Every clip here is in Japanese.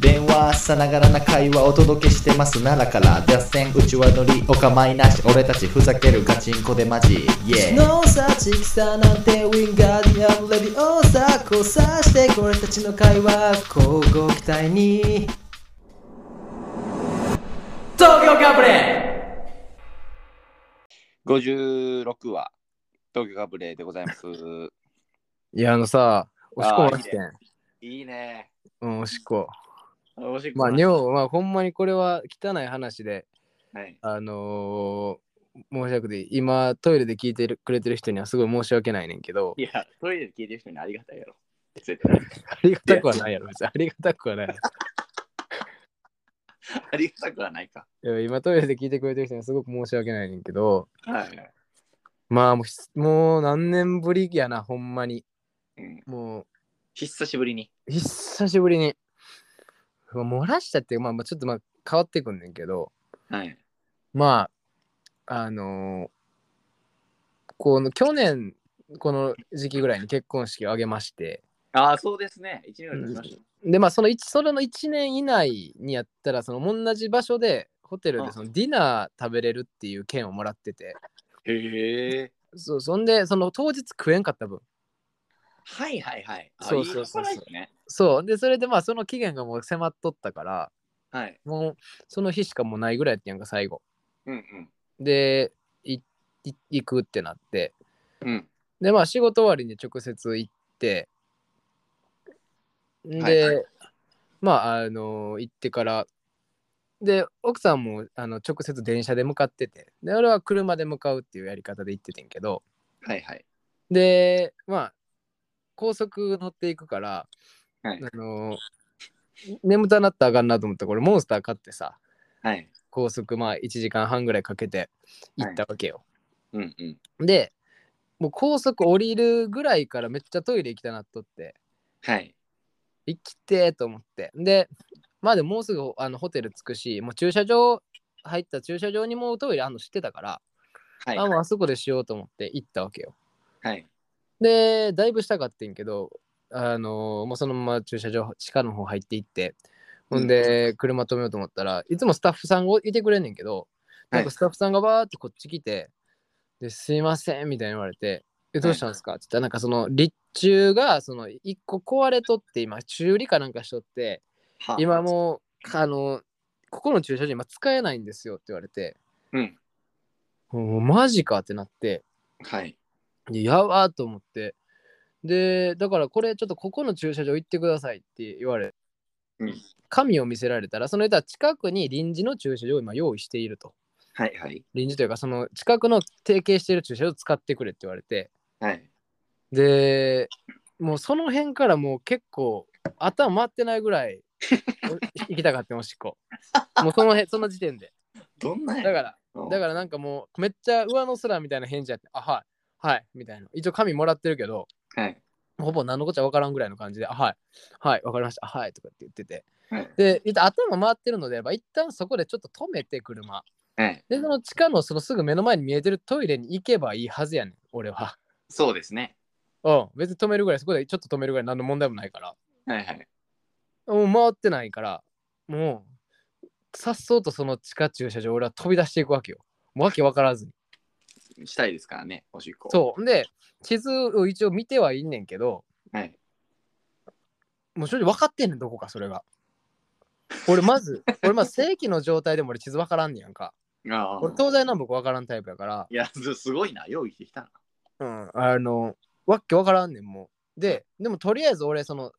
電話さながらな会話お届けしてます奈良から脱線うちわ乗りお構いなし俺たちふざけるガチンコでマジイエーノーサーチキサーなんてウィンガーディアムレディオーサー交差してこれたちの会話交互期待に東京カープレ56話、東京ガブレでございます。いや、あのさ、おしっこまきてん。いいね。うん、おしっこ。おしっこまあ、尿、まあ、ほんまにこれは汚い話で、はい。あのー申し訳ない。今、トイレで聞いてるくれてる人にはすごい申し訳ないねんけど、いや、トイレで聞いてる人にありがたいやろ。絶対。ありがたくはないやろ、別にありがたくはない。 ありがたくはないか。いや今、トイレで聞いてくれてる人にはすごく申し訳ないねんけど、はい。まあもうひ、もう何年ぶりやな、ほんまに。うん、も久しぶりに。う、久しぶりに。うわ漏らしたって、まあ、まあちょっとまあ変わってくんねんけど、はい。まああのーこの去年この時期ぐらいに結婚式を挙げましてああ、そうですね。一年ぐらい経ちましでまあその一それの1年以内にやったらその同じ場所でホテルうでんそのディナー食べれるっていう券をもらっててた。へえ。そうそんでその当日食えんかった分はいはいはい。あそうそうそうそういいとこないですね。そうでそれでまあその期限がもう迫っとったからはい。もうその日しかもうないぐらいやってんやんか最後うんでいい行くってなってうん。うん。でまあ仕事終わりに直接行ってで、はいはまああの行ってからで奥さんもあの直接電車で向かっててで俺は車で向かうっていうやり方で行っててんけどはいはい。でまあ高速乗っていくから、はいあの眠たなったらあかんなと思ったらこれモンスター買ってさはい。高速まあ1時間半ぐらいかけて行ったわけよ、うんうん。でもう高速降りるぐらいからめっちゃトイレ行きたなっとってはい。行きてーと思ってでまあでももうすぐあのホテル着くしもう駐車場入った駐車場にもうトイレあんの知ってたから、はい。あもうあそこでしようと思って行ったわけよはい。でだいぶしたかってんけどあのーもうそのまま駐車場地下の方入って行ってほんで車止めようと思ったらいつもスタッフさんがいてくれんねんけどはないんかスタッフさんがバーってこっち来て「ですいません」みたいに言われて「えどうしたんですか?」って言ったらなんかその立柱がその一個壊れとって今修理かなんかしとっては今もうあのここの駐車場今使えないんですよって言われてうん。もうマジかってなってはい。でやばーと思ってでだからこれちょっとここの駐車場行ってくださいって言われうん。紙を見せられたらその人は近くに臨時の駐車場を今用意しているとはいはい。臨時というかその近くの提携している駐車場を使ってくれって言われてはい。でもうその辺からもう結構頭回ってないぐらいお行きたかったおしっ こもうその辺その時点でどんなだやからろだからなんかもうめっちゃ上の空みたいな返事やってあはいはいみたいな一応紙もらってるけどはい。ほぼ何のこっちゃ分からんぐらいの感じで、あはい、はい、分かりました、あはい、とかって言ってて。はいで、一旦頭回ってるのであれば、一旦そこでちょっと止めて車。はい。で、その地下のそのすぐ目の前に見えてるトイレに行けばいいはずやねん、俺は。そうですね。うん、別に止めるぐらい、そこでちょっと止めるぐらい何の問題もないから。はいはい。もう回ってないから、もう、さっそうとその地下駐車場、俺は飛び出していくわけよ。もうわけ分からずに。したいですからね、おしっこ。そう。で、地図を一応見てはいんねんけど、はい。もう正直分かってんねん、どこか、それが。俺、ま ず、俺、まず正規の状態でも俺、地図分からんねやんか。あ俺、あ。東西南北分からんタイプやから、いや、すすごいな、用意してきたな。うん、あの、わっけ分からんねん、もう。で、でも、とりあえず俺、その、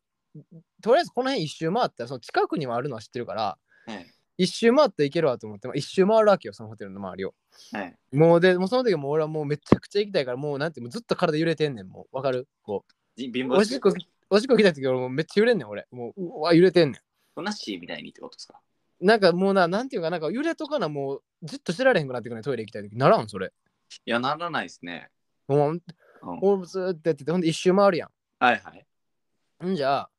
とりあえずこの辺一周回ったら、その近くにはあるのは知ってるから、はい。一周回っていけるわと思って、まあ、一周回るわけよ、そのホテルの周りを。はい。もう、で、もうその時もう俺はもうめちゃくちゃ行きたいから、もうなんて、もうずっと体揺れてんねん、もう。分かるこじ貧う、乏おしっこ、おしっこ来た時俺もうめっちゃ揺れんねん、俺。もう、うわ、揺れてんねん。こなっしーみたいにってことですかなんかもうな、なんていうか、なんか揺れとかな、もうじっとしてられへんくなってくるね、トイレ行きたい時ならん、それ。いや、ならないですね。もう、うん、俺もずーっとやってて、ほんで一周回るやはいはい。ん。んじゃあ、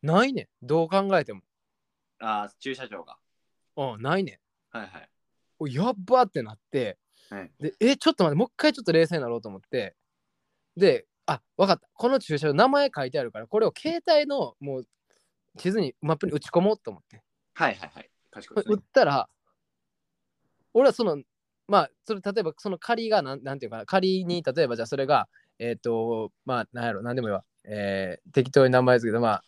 ないねん。どう考えても。あー駐車場が。うん、ないねん。はいはい。おやっばってなって、はいで、え、ちょっと待って、もう一回ちょっと冷静になろうと思って、で、あ、わかった。この駐車場、名前書いてあるから、これを携帯の、もう、地図にマップに打ち込もうと思って。はいはいはい。賢いこでれす打っね。たら、俺はその、まあ、それ例えばその仮がなん、なんていうかな、仮に、例えばじゃあそれが、えっ、と、まあ、なんやろ、なんでもいいわ、えー適当に名前ですけど、まあ、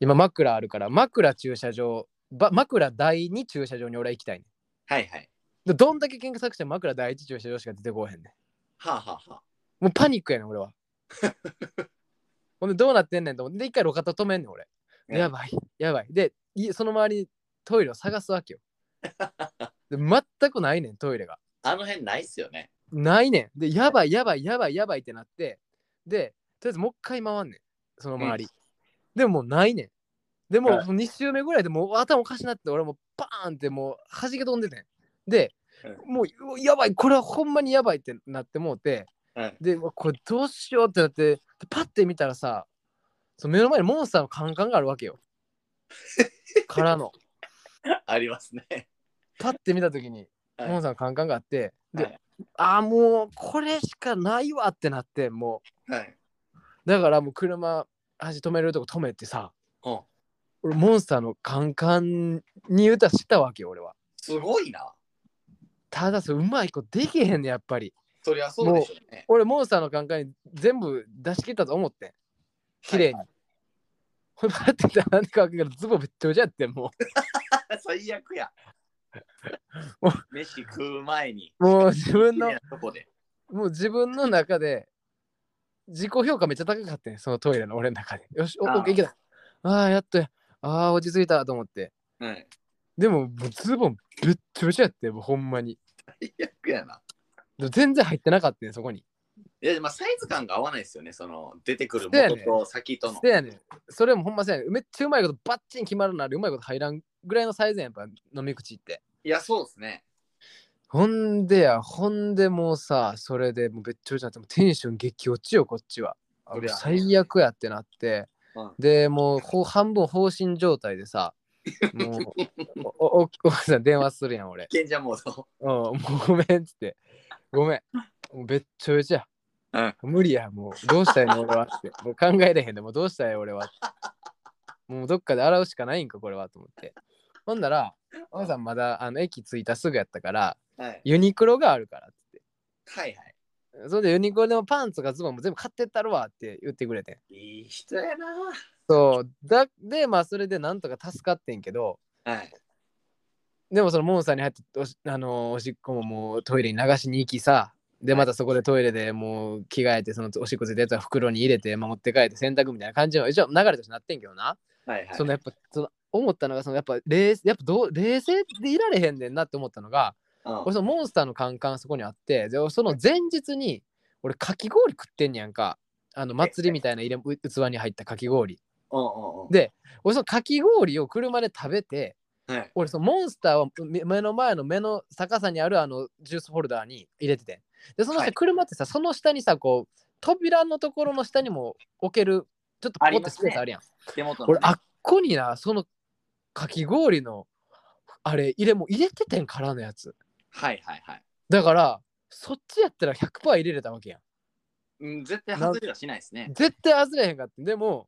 今、枕あるから、枕駐車場、ば枕第2駐車場に俺は行きたいねんはいはい。でどんだけ検索しても枕第1駐車場しか出てこうへんねはあはあはあ。ん。もうパニックやねん、俺は。ほんで、どうなってんねんと思って、で、一回路肩止めんねん、俺。ねやばい、やばい。で、いその周りにトイレを探すわけよ。で全くないねん、トイレが。あの辺ないっすよね。ないねん。で、やばいやばいやばいやばいってなって、で、とりあえずもう一回回んねん、その周り。でももうないねん。でもうはい2周目ぐらいでもう頭おかしなって、俺もうバーンってもう弾け飛んでてん。で、もううわやばい、これはほんまにやばいってなってもうて、はいで、うわこれどうしようってなって、でパッて見たらさ、その目の前にモンスターのカンカンがあるわ けよ。からの。あります ね。パッて見た時に、はいモンさんのカンカンがあってで、はいああもうこれしかないわってなってもはい。うだからもう車足止めれるとこ止めてさうん。俺モンスターのカンカンに歌したわけよ俺はすごいな。ただそううまい子できへんねやっぱりそりゃそうでしょうね。 俺モンスターのカンカンに全部出し切ったと思ってん綺麗に、はいほんでパッて見たらなんでかわけからズボンべっちょべちょやってんもう最悪やも。飯食う前に。 もう自分好のきなとこで。もう自分の中で自己評価めっちゃ高かったねそのトイレの俺の中で。よし、お、オあーッケーいけた。ああ、やっとや。ああ、落ち着いたと思って。はい。でも、もうズボンぶっちょぶちょやって、もうほんまに。 最悪やな。でも全然入ってなかったね、そこに。いや、まあ、サイズ感が合わないですよね。その、出てくるそうや元ねと先との。せやねん。それもほんませやねん。めっちゃうまいことバッチン決まるならうまいこと入らんぐらいのサイズやん、やっぱ飲み口って。いや、そうですね。ほんでや、ほんでもうさ、それでもうべっちょべちょになって、もうテンション激落ちよ、こっちは。そりゃ最悪やってなって、うんでもうほ半分放心状態でさも うおおお奥さん電話するやん俺、賢者 モード。うん、もうごめんっつってごめんもうべっちょべちょや、無理やもうどうしたらいいの俺はってもう考えれへんでもうどうしたらいい俺はもうどっかで洗うしかないんかこれはと思ってほんならお母さんまだあの駅着いたすぐやったからはい。ユニクロがあるからっつってはいはい。それでユニクロでもパンツかズボンも全部買ってったるわって言ってくれてんいい人やな。そうだでまあそれでなんとか助かってんけどはい。でもそのモンさんに入っておし,、あのーおしっこももうトイレに流しに行きさでまたそこでトイレでもう着替えてそのおしっこついたやつは袋に入れて、まあ、持って帰って洗濯みたいな感じの一応流れとしてなってんけどな、はいはい。そのやっぱその思ったのがそのやっぱ冷やっぱどう冷静でいられへんねんなって思ったのがうん俺そのモンスターのカンカンそこにあってでその前日に俺かき氷食ってんねやんかあの祭りみたいな入れう器に入ったかき氷うんうんうん。で俺そのかき氷を車で食べてはい。俺そのモンスターを目目の前の目の逆さにあるあのジュースホルダーに入れててでそのは下い車ってさ、その下にさこう扉のところの下にも置けるちょっとポあコりってまスすペねースあるやん、手元のね俺あっこになそのかき氷のあれ入れもう入れててんからのやつはいはいはい。だからそっちやったら100%入れれたわけやんうん、絶対外れはしないですね。絶対外れへんかってでも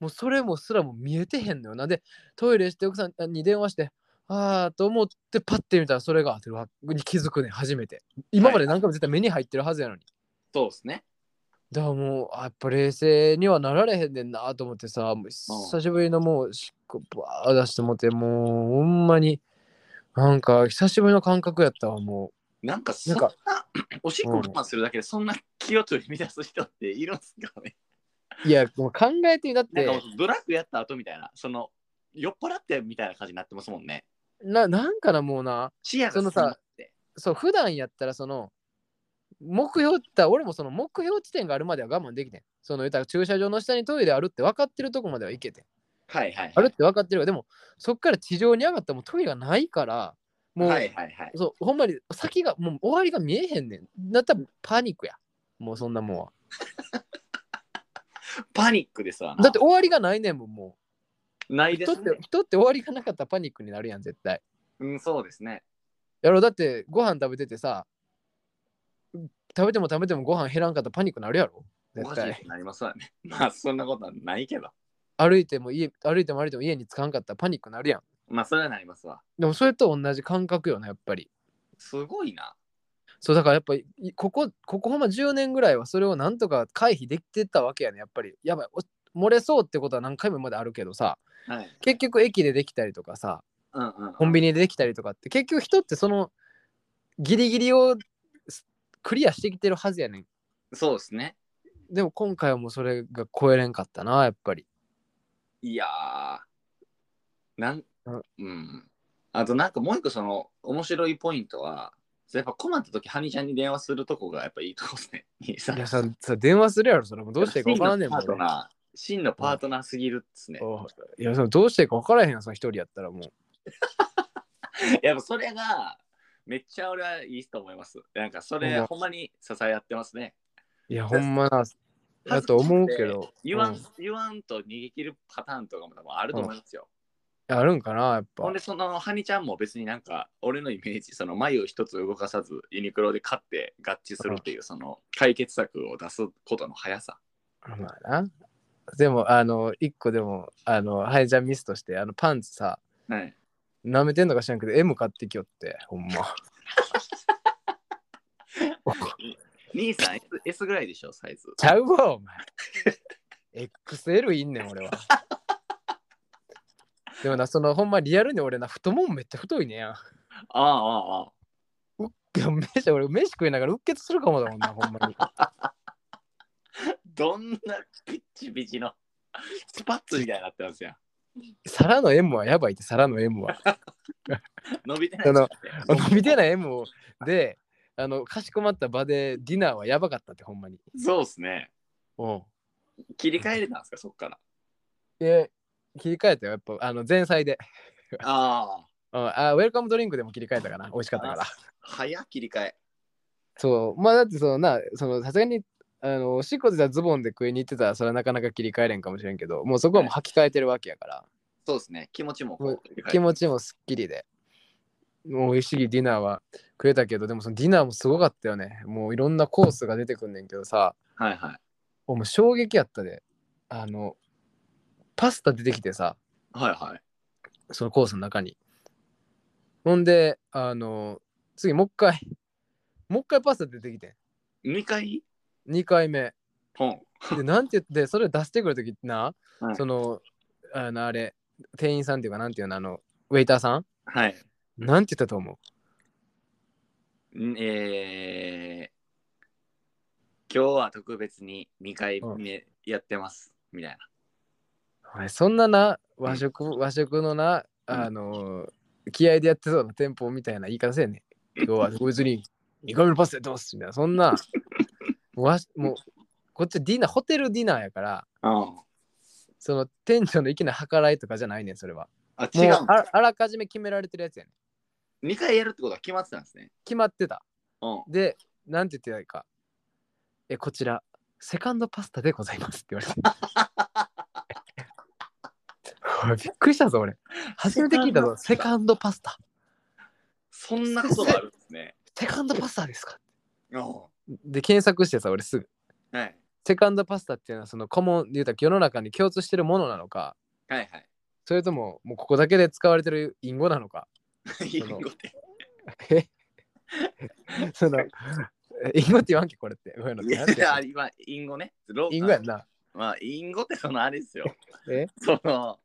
もうそれもすらも見えてへんのよなでトイレして奥さんに電話してああと思ってパッて見たらそれがあってわに気づくねん初めて今まで何回も絶対目に入ってるはずやのに、そうですね。だからもうあやっぱ冷静にはなられへんねんなと思ってさもう久しぶりのもうしっこバー出してもってもうほんまになんか久しぶりの感覚やったわもなんかそんなな、おしっこ我慢するだけでそんな気を取り乱す人っているんすかね。ういやもう考えてみだっなんてかもうドラッグやった後みたいな、その、酔っ払ってみたいな感じになってますもんね。ななんかなもうな視野がそのさ狭くてそう普段やったらその目標って言ったら俺もその目標地点があるまでは我慢できてんその言ったら駐車場の下にトイレあるって分かってるとこまでは行けてんはいはいはい。あるって分かってるからでもそっから地上に上がったらもうトイレがないからもう、はいはいはい。そうほんまに先がもう終わりが見えへんねんだったらパニックやもうそんなもんはパニックですわな。だって終わりがないねんもんもなういで人っすてね。人って終わりがなかったらパニックになるやん絶対うん、そうですね。やろだってご飯食べててさ食べても食べてもご飯減らんかったらパニックになるやろお絶かしい 対ことになりますわね。まあ、そんなことはないけど。歩いても家歩いても歩いても家に着かんかったらパニックなるやんまあ、それはなりますわ。でもそれと同じ感覚よねやっぱりすごいな。そうだからやっぱりいここここほんま10年ぐらいはそれをなんとか回避できてたわけやねやっぱりやばいお漏れそうってことは何回も今まであるけどさはい。結局駅でできたりとかさうんうん。コンビニでできたりとかって結局人ってそのギリギリをすクリアしてきてるはずやねんそうですね。でも今回はもうそれが超えれんかったなやっぱりいやー。なんうん、うん。あと、なんかもう一個その、面白いポイントは、やっぱ困った時、ハニちゃんに電話するとこがやっぱいいとこですね。さ いやささ電話するやろそれもうどうしていいか分からんねん真のパーもんト俺ナー、真のパートナーすぎるっすね。おいやそのどうしていいか分からへんやんその一人やったらもうやっぱそれが、めっちゃ俺はいいと思います。なんかそれ、ほんまほんまに支え合ってますね。いやほんまなだと思うけど言わん、うん言わんと逃げ切るパターンとかも多分あると思いますよ。あるんかなやっぱほんで、その、ハニちゃんも別になんか、俺のイメージ、その、眉を一つ動かさず、ユニクロで買って合致するっていう、その、解決策を出すことの速さ。まあな。でも、あの、一個でも、あの、ハイジャンミスとして、あの、パンツさ、はい。舐めてんのか知らんけど、M 買ってきよって、ほん ま。兄さん、S, S ぐらいでしょ、サイズ。ちゃうわ、お前。XL いんねん、俺は。でもな、その、ほんま、リアルに俺な、太ももめっちゃ太いねや。ああ、ああ、あでも、飯、俺、飯食いながら、うっ血するかもだもんな、ほんまに。あ。どんなピッチピチの、スパッツみたいになってますやん。皿の M はやばいって、皿の M は。伸びてないあの、見てない M をで、あの、かしこまった場で、ディナーはやばかったって、ほんまに。そうですね。うん。切り替えれたんですか、そっから。で、切り替えたよ、やっぱ、あの、前菜で。 ああ、うんあウェルカムドリンクでも切り替えたかな美味しかったからあ早切り替え。そうまあだってそのなそのさすがにあのおしっこ出たズボンで食いに行ってたらそれはなかなか切り替えれんかもしれんけどもうそこはもう履き替えてるわけやから、そうですね。気持ちもこう切り替え気持ちもすっきりでもう美味しいディナーは食えたけどでもそのディナーもすごかったよねもういろんなコースが出てくんねんけどさはいはい。おもう衝撃やったであのパスタ出てきてさはいはい。そのコースの中に。ほんで、あの、次、もう一回、もう一回パスタ出てきて2回ん。2回目。本。 で、なんて言って、それ出してくるときな、はいその、あの、あれ、店員さんっていうか、なんていうの、あの、ウェイターさんはい。なんて言ったと思んえー、今日は特別に2回目やってます、みたいな。うおいそんなな、和食、和食のな、うんあの、気合でやってそうな店舗みたいな言い方せえ ねん。今日は別に2回目のパスタやってますみたいな、そん な、わしもう、こっちディナー、ホテルディナーやから、うん、その店長の粋な計らいとかじゃないねんそれは。あもう違うああらかじめ決められてるやつやねん。 2回やるってことは決まってたんですね。決まってた。うん、で、なんて言ってないか。え、こちら、セカンドパスタでございますって言われて。おい びっくりしたぞ俺。初めて聞いたぞ。セセカカンドパスタ。そんなことがあるんです ね。セカンドパスタですかうん、で、検索してさ、俺すぐ。はいセカンドパスタっていうのは、その顧問で言うたら世の中に共通してるものなのか、はいはい。それとも、もうここだけで使われてる隠語なのか。 いいことえその、インゴって言わんけ、これって。ごめんいなやさいなんて今、インゴね。ローインゴやんな。まあ、インゴってそのあれですよ。えその、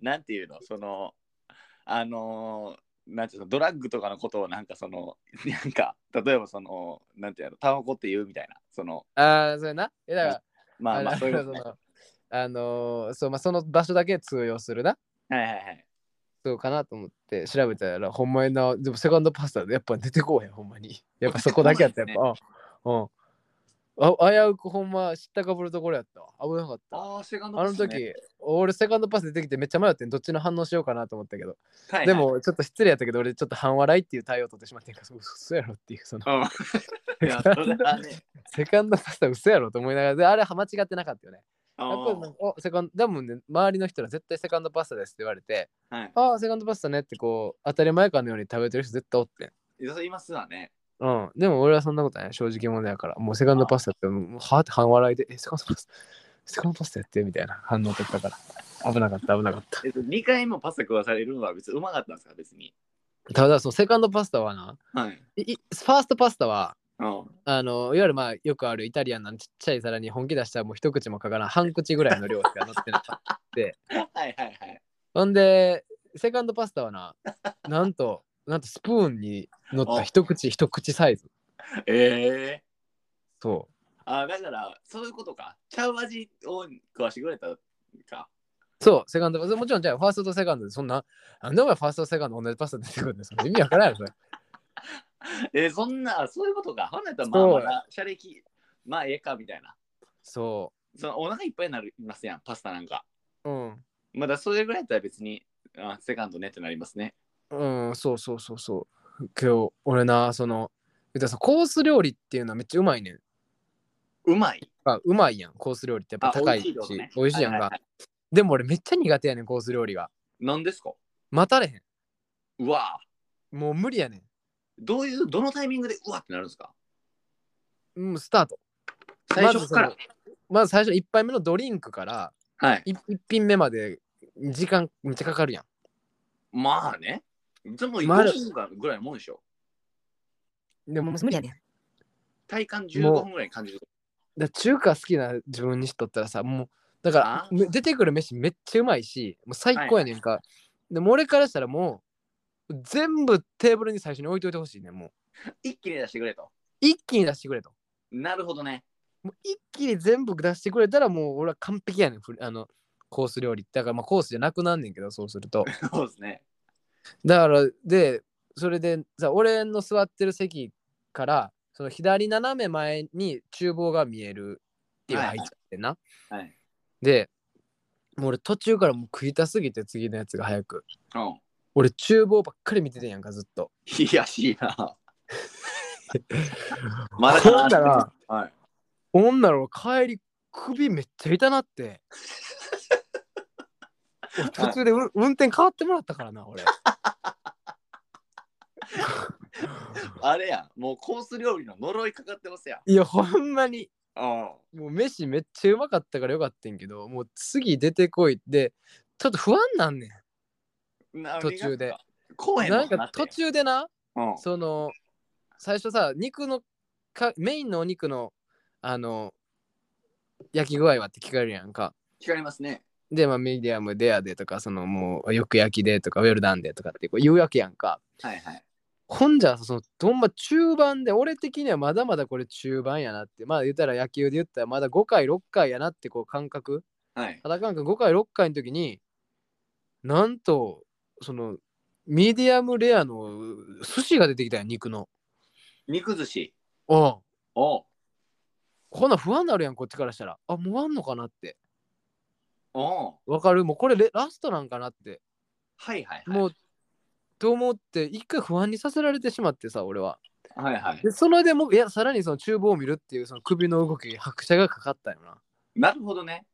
なんていうの、その、あのーなんていうの、ドラッグとかのことをなんかその、なんか、例えばその、なんていうの、タバコって言うみたいな、その、ああ、それな。え、だから、まあまあ、のそういうこと、ね。そのあのーそう、まあ、その場所だけ通用するな。はいはいはい。そうかなと思って調べたら、ほんまにな、でもセカンドパスタでやっぱ出てこうへん、ほんまに。やっぱそこだけやった、やっぱ。うん。あ危うくほんま知ったかぶるところやったわ。危なかった。ああ、セカンドあの時、俺セカンドパス出てきてめっちゃ迷ってんどっちの反応しようかなと思ったけど。はいはいで、もちょっと失礼やったけど俺ちょっと半笑いっていう対応を取ってしまってんからそう嘘やろっていうそのうん。い や、それ はね、セカンドパスタ嘘やろと思いながらであれは間違ってなかったよね。あやっぱりなんかおセカンド多分ね周りの人ら絶対セカンドパスタですって言われてはいああセカンドパスタねってこう当たり前かのように食べてる人絶対おってん。いや。そう言いますわね。うん、でも俺はそんなことない正直者やからもうセカンドパスタってもうはーって半笑いでえセカンドパスタセカンドパスタやってみたいな反応取ったから危なかった、危なかった。えっと、2回もパスタ食わされるのは別にうまかったんですか別に。ただ、そのセカンドパスタはな、はい。いいファーストパスタは、うん。あの、いわゆるまあ、よくあるイタリアンなちっちゃい皿に本気出したらもう一口もかからん、半口ぐらいの量しか乗ってなかった。はいはいはい。ほんで、セカンドパスタはな、 なんと、なんとスプーンに乗った一口一口サイズ。ええそあ、だから、そういうことか。ちゃう味を食わしてくれたか。う。そう、セカンドパスタ。もちろん、じゃあ、ファーストとセカンドで、そんな、なんでお前ファーストとセカンド同じパスタ出てくるんですか意味わからんよ、それ。えー、そんな、あそういうことか。ほんなったら、まあ、そまうだ、シャレき、まあ、ええか、みたいな。そそのお腹いっぱいになりますやん、パスタなんか。う。うん。まだそれぐらいやったら別に、あセカンドねってなりますね。うん、そうそうそうそう。今日、俺な、その、言うたらさコース料理っていうのはめっちゃうまいねん。うまい。あうまいやん、コース料理ってやっぱあ高い美味ししいよね、美味しいやんはいはいか。でも俺めっちゃ苦手やねん、コース料理が。何ですか待たれへうわぁん。もう無理やねどういう、どのタイミングでうわってなるんですかん。うん、スタート。最初から。まずまず最初1杯目のドリンクからはい。 1品目まで時間めっちゃかかるやん。まあね。でもまだ1時間ぐらいのもんでしょ。でも、無理やね体感15分ぐらいに感じる。だ中華好きな自分にしとったらさ、もう、だあから出てくる飯めっちゃうまいし、もう最高やねんか。でも俺からしたらもう、全部テーブルに最初に置いといてほしいねん、もう。一気に出してくれと。一気に出してくれと。なるほどね。もう一気に全部出してくれたらもう俺は完璧やねんふあのコース料理ってだからまあコースじゃなくなんねんけどそうするとそうですね。だからでそれでさ俺の座ってる席からその左斜め前に厨房が見えるっていう配置ってんな、はい。でもう俺途中からもう食いたすぎて次のやつが早くうん。俺厨房ばっかり見ててんやんかずっといや、しいな。 まだほんだらはい。ほんなら俺帰り首めっちゃ痛なって俺途中でう運転変わってもらったからな俺あれやん、もうコース料理の呪いかかってますやん。いやほんまにうん。もう飯めっちゃうまかったからよかったんけどもう次出てこいってちょっと不安なんね途中で。公ん園なんか途中でなうん。その最初さ肉のかメインのお肉のあの焼き具合はって聞かれるやんか聞かれますね。でまあメディアムデアでとかそのもうよく焼きでとかウェルダンでとかってこう言うわけやんかはいはい。ほんじゃそのほんま中盤で俺的にはまだまだこれ中盤やなってまあ言ったら野球で言ったらまだ5回6回やなってこう感覚はい。肌感覚5回6回の時になんとそのミディアムレアの寿司が出てきたよ肉の肉寿司。おうおうこんなん不安になるやんこっちからしたらあもう終わんのかなっておうわかるもうこれレラストなんかなってはいはいはい。もう、と思って一回不安にさせられてしまってさ俺ははいはい。でそれでもいやさらにその厨房を見るっていうその首の動きに拍車がかかったよななるほどね。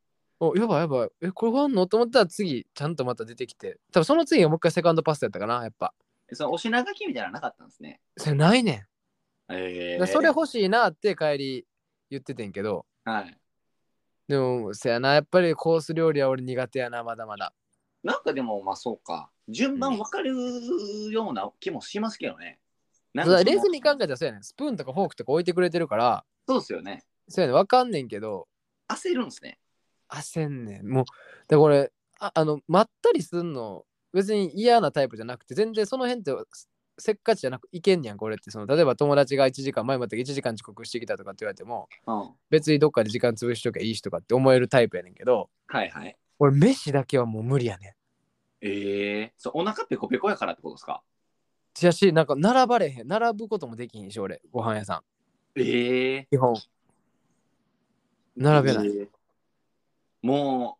おやばいやばいえこれ不安のと思ったら次ちゃんとまた出てきて多分その次がもう一回セカンドパスタやったかなやっぱそのお品書きみたいなのなかったんですね。それないねんえー、だからそれ欲しいなって帰り言っててんけどはい。でもせやなやっぱりコース料理は俺苦手やなまだまだなんかでも、まあそうか。順番分かるような気もしますけどね。なんたかそだの冷静に考えたらそうやねんスプーンとかフォークとか置いてくれてるからそうですよね。そうやねんわかんねんけど焦るんですね。焦んねんもうでこれああのまったりすんの別に嫌なタイプじゃなくて全然その辺ってせっかちじゃなくいけんねやんこれってその例えば友達が1時間前まで1時間遅刻してきたとかって言われてもうん。は別にどっかで時間潰しときゃいいしとかって思えるタイプやねんけどいはい。俺飯だけはもう無理やねんええー、そう、お腹ペコペコやからってことですかしやし、なんか並ばれへん。並ぶこともできひんし、俺、ご飯屋さん。ええ基本。並べない。い。も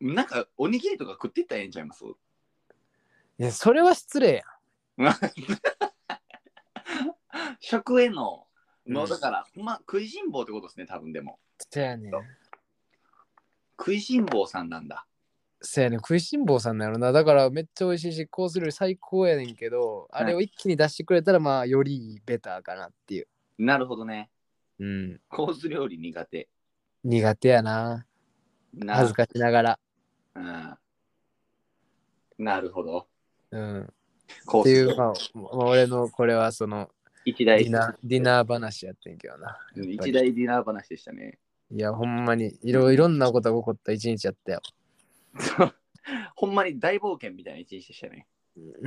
う、なんかおにぎりとか食っていったらええんちゃいますいや、それは失礼やん。 食への、もううんだから、ほんま食いしん坊ってことですね、多分でも。せやねん。食いしん坊さんなんだ。せやねん。食いしん坊さんなのな。だから、めっちゃ美味しいし、コース料理最高やねんけど、あれを一気に出してくれたら、まあ、よりベターかなっていう。なるほどね。うん。コース料理苦手。苦手やな。な恥ずかしながら。うん。なるほど。うん。こっていう、まあ、まあ俺のこれはその一デ大ィナーディナー話やってんけどな。一大ディナー話でしたね。いや、ほんまにいろいろんなことが起こった一日やったよ。 ほんまに大冒険みたいな一日でしたね。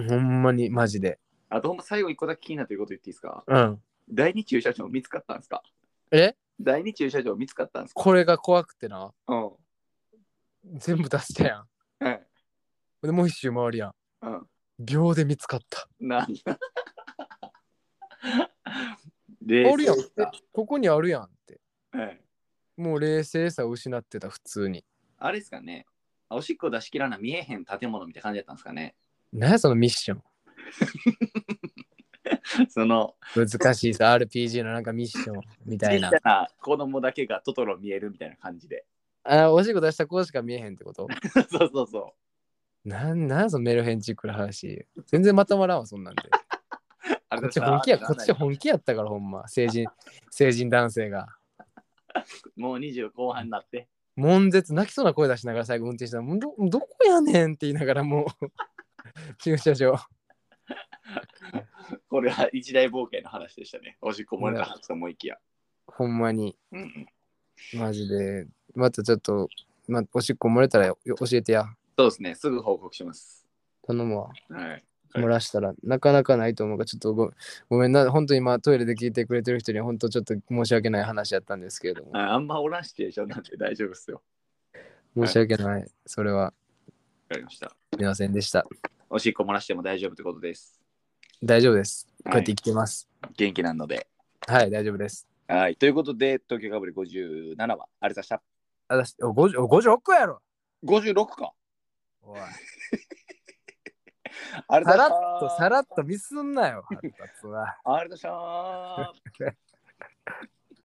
ほんまにマジで。あとほんま最後一個だけ気になってること言っていいですかうん。第二駐車場見つかったんですかえ第二駐車場見つかったんですかこれが怖くてな。うん。全部出したやはい。ん。でもう一周回るやん。うん。秒で見つかった。なん だ冷あるやん。静えさここにあるやんって。はいもう冷静さを失ってた、普通に。あれですかねおしっこ出し切らな見えへん建物みたいな感じだったんですかね何やそのミッション。その難しいさ、RPG のなんかミッションみたい小 なさ。な子供だけがトトロ見えるみたいな感じで あ、おしっこ出した子しか見えへんってことそうそうそなんなんやそのメルヘンチックな話。全然まとまらんわ、そんなんで。うあれこだっちさ本気や、 あれこっち本気やったから、ほんま。成人、成人男性が。もう20後半になって悶絶、泣きそうな声出しながら最後運転したら、もうどどこやねんって言いながら、もう、 駐車場。これは一大冒険の話でしたねおしっこ漏れた話と思いきや、ほんまに、うんうん、マジで。またちょっと、ま、おしっこ漏れたらよ教えてや。そうですねすぐ報告します頼むわ。はいはい漏らしたら、なかなかないと思うから、ちょっとごごめんな、本当に今トイレで聞いてくれてる人には本当ちょっと申し訳ない話やったんですけれども、ああんまおらんシチュエーションなんて大丈夫っすよ申し訳ない。それは、わかりましたすみませんでした。おしっこ漏らしても大丈夫ってことです大丈夫です。こはいうやって生きてます。元気なのではい、大丈夫です。はいということで東京かぶり57話あれさしたあだし、お50お56個やろ56かおいあれさだらっと、さらっとミスんなよ。腹立つわあれだしゃー